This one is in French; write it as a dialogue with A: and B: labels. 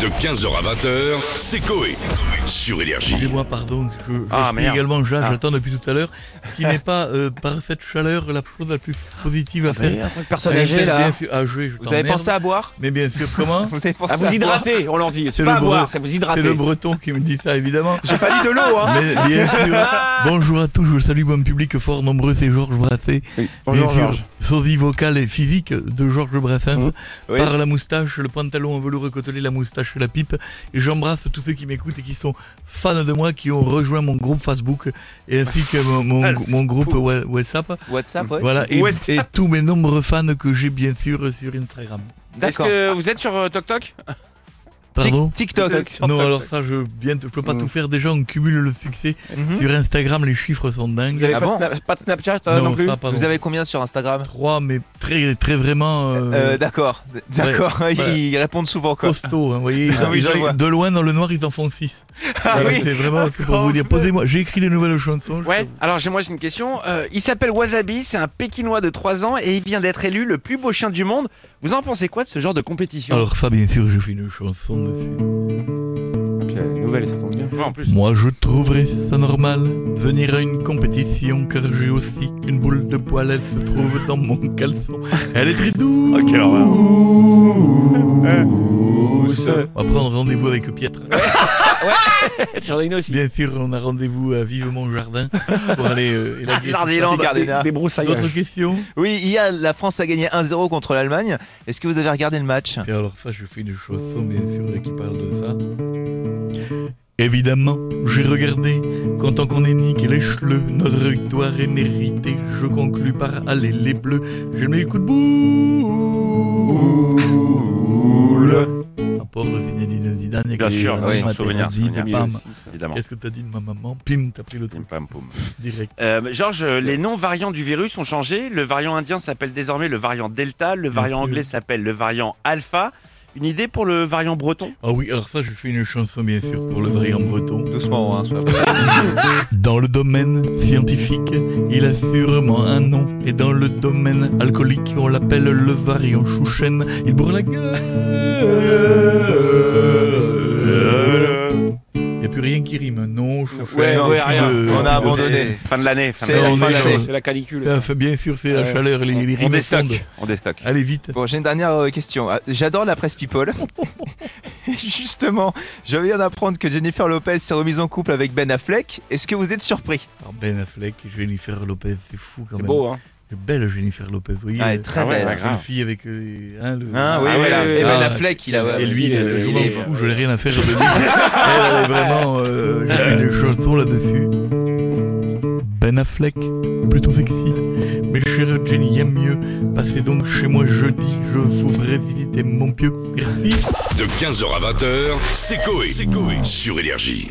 A: De 15h à 20h, c'est Coé. Sur Énergie.
B: Excusez-moi, pardon, je, je
C: Ah,
B: suis
C: merde.
B: également là,
C: Ah.
B: j'attends depuis tout à l'heure, ce qui n'est pas, euh, par cette chaleur, la chose la plus positive
C: Ah,
B: à faire.
D: Personne
B: Eh
D: âgée
B: bien,
D: là.
B: bien sûr, âgé, je
C: Vous avez
B: t'emmerde.
C: pensé à boire Ah,
B: Mais bien sûr, comment
C: Vous avez pensé
D: À vous
C: boire
D: hydrater, on leur dit.
B: C'est
D: C'est pas
B: le
D: à
B: bre-
D: boire, c'est vous
B: C'est
D: hydrater.
B: le breton qui me dit ça, évidemment.
C: J'ai pas dit de l'eau, hein
B: Mais bien sûr, bonjour à tous, je vous salue mon public fort nombreux, c'est Georges Brassens. bien sûr, sosie vocale et physique de Georges Brassens,
C: Mmh. Oui.
B: par la moustache, le pantalon en velours côtelé, la moustache, la pipe. Et j'embrasse tous ceux qui m'écoutent et qui sont fans de moi, qui ont rejoint mon groupe Facebook et ainsi que mon, mon-
C: Facebook.
B: mon groupe Wa- WhatsApp.
C: WhatsApp, Ah, ouais.
B: Voilà, et,
C: WhatsApp.
B: et tous mes nombreux fans que j'ai bien sûr sur Instagram.
C: D'accord.
D: que vous êtes sur TokTok
B: Pardon
C: Tic- TikTok.
B: Non, alors ça, je bien, je peux pas
C: Mmh.
B: tout faire. Déjà, on cumule le succès.
C: Mhm.
B: Sur Instagram, les chiffres sont dingues.
D: Vous avez
C: Ah
D: pas,
C: bon
D: de Snap- pas de Snapchat euh, non, plus
B: ça, pardon.
C: Vous avez combien sur Instagram
B: trois, mais très, très vraiment euh,
C: euh, D'accord, d- d'accord.
B: voilà.
C: Ils répondent souvent quoi.
B: costauds. hein, vous voyez, ils-
C: Ah oui,
B: ils
C: je
B: arrivent
C: vois.
B: de loin dans le noir, ils en font six.
C: Ah
B: Voilà,
C: oui.
B: C'est vraiment c'est pour
C: Encore
B: vous dire.
C: plus.
B: Posez-moi. J'ai écrit les nouvelles chansons. je
E: Ouais,
B: peux
E: alors j'ai moi j'ai une question. Euh, il s'appelle Wasabi, c'est un Pékinois de 3 ans et il vient d'être élu le plus beau chien du monde. Vous en pensez quoi de ce genre de
B: vous-
E: compétition
B: Alors ça, bien sûr, je fais une chanson
C: Euh,
B: dessus.
D: euh, Nouvelle, ça tombe bien.
E: Ouais, en plus.
B: Moi, je trouverais ça normal de venir à une compétition car j'ai aussi une boule de poil. Elle se trouve dans mon caleçon. Elle est très douce. On va prendre rendez-vous avec Pietre.
D: J'en ai une aussi.
B: Bien sûr, on a rendez-vous à Vivement Jardin pour aller euh, élaguer
C: Jardiland.
D: Des,
C: Gardena.
D: des broussailles.
B: D'autres questions
C: Oui, hier, la France a gagné 1-0 contre l'Allemagne. Est-ce que vous avez regardé le match
B: Et alors ça, je fais une chanson, bien sûr, qui parle de ça. Évidemment, j'ai regardé, content qu'on ait niqué les cheveux, notre victoire est méritée, je conclus par aller les bleus, je mets le coup de boule. Rapport aux Zinedine Zidane, il y a
E: Bien
B: que les
E: sûr,
B: Allemands
E: oui,
B: m'ont
E: souvenir,
B: dit,
E: souvenir.
B: pam.
E: Évidemment.
B: Qu'est-ce que t'as dit de ma maman Pim, t'as pris le truc direct.
E: Euh, Georges, euh, les noms variants du virus ont changé. Le variant indien s'appelle désormais le variant Delta, le variant
B: sûr.
E: anglais s'appelle le variant Alpha. Une idée pour le variant breton
B: Ah oui, alors ça, je fais une chanson, bien sûr, pour le variant breton.
C: Doucement, hein. sur la-
B: Dans le domaine scientifique, il a sûrement un nom. Et dans le domaine alcoolique, on l'appelle le variant chouchen. Il bourre la gueule. Il n'y a plus rien qui rime. Non, chouchen.
D: Ouais,
C: Non,
D: ouais, rien.
B: de-
C: On a abandonné.
E: Fin de l'année. fin
C: C'est
E: de l'année.
C: la
B: Non,
C: fin
B: on est
C: de
B: chaud.
C: l'année.
D: C'est la canicule.
B: Ça fait- Bien sûr, c'est la
D: Ouais.
B: chaleur, les, les rimes
E: On déstocke.
B: fondent.
E: On déstocke.
B: Allez, vite.
C: Bon, j'ai une dernière euh, question. Ah, J'adore la presse People. Justement, je viens d'apprendre que Jennifer Lopez s'est remise en couple avec Ben Affleck. Est-ce que vous êtes surpris
B: Alors, ben Affleck, Jennifer Lopez, c'est fou quand
D: C'est
B: même.
D: beau, hein.
B: Belle Jennifer Lopez, vous voyez.
C: Ah, elle est
B: la-
C: très
E: Ah ouais,
C: belle.
E: la
B: la jeune
E: grave.
B: fille avec les. hein, le-
C: Hein, oui,
D: Ah,
C: voilà.
D: oui, oui,
C: Et Ben
B: oui.
C: Affleck, il a.
B: Et lui,
D: il
B: euh, il,
D: est-
B: est- je
D: il
B: m'en
D: est-
B: fous, je n'ai rien à faire de lui. Elle, elle est vraiment. Euh, je fais une chanson là-dessus. Ben Affleck, plutôt sexy. Mais chère Jenny, aime mieux. Passez donc chez moi jeudi, je vous ferai visiter mon pieu. Merci.
A: De 15h à 20h, c'est Coé. Sur Énergie.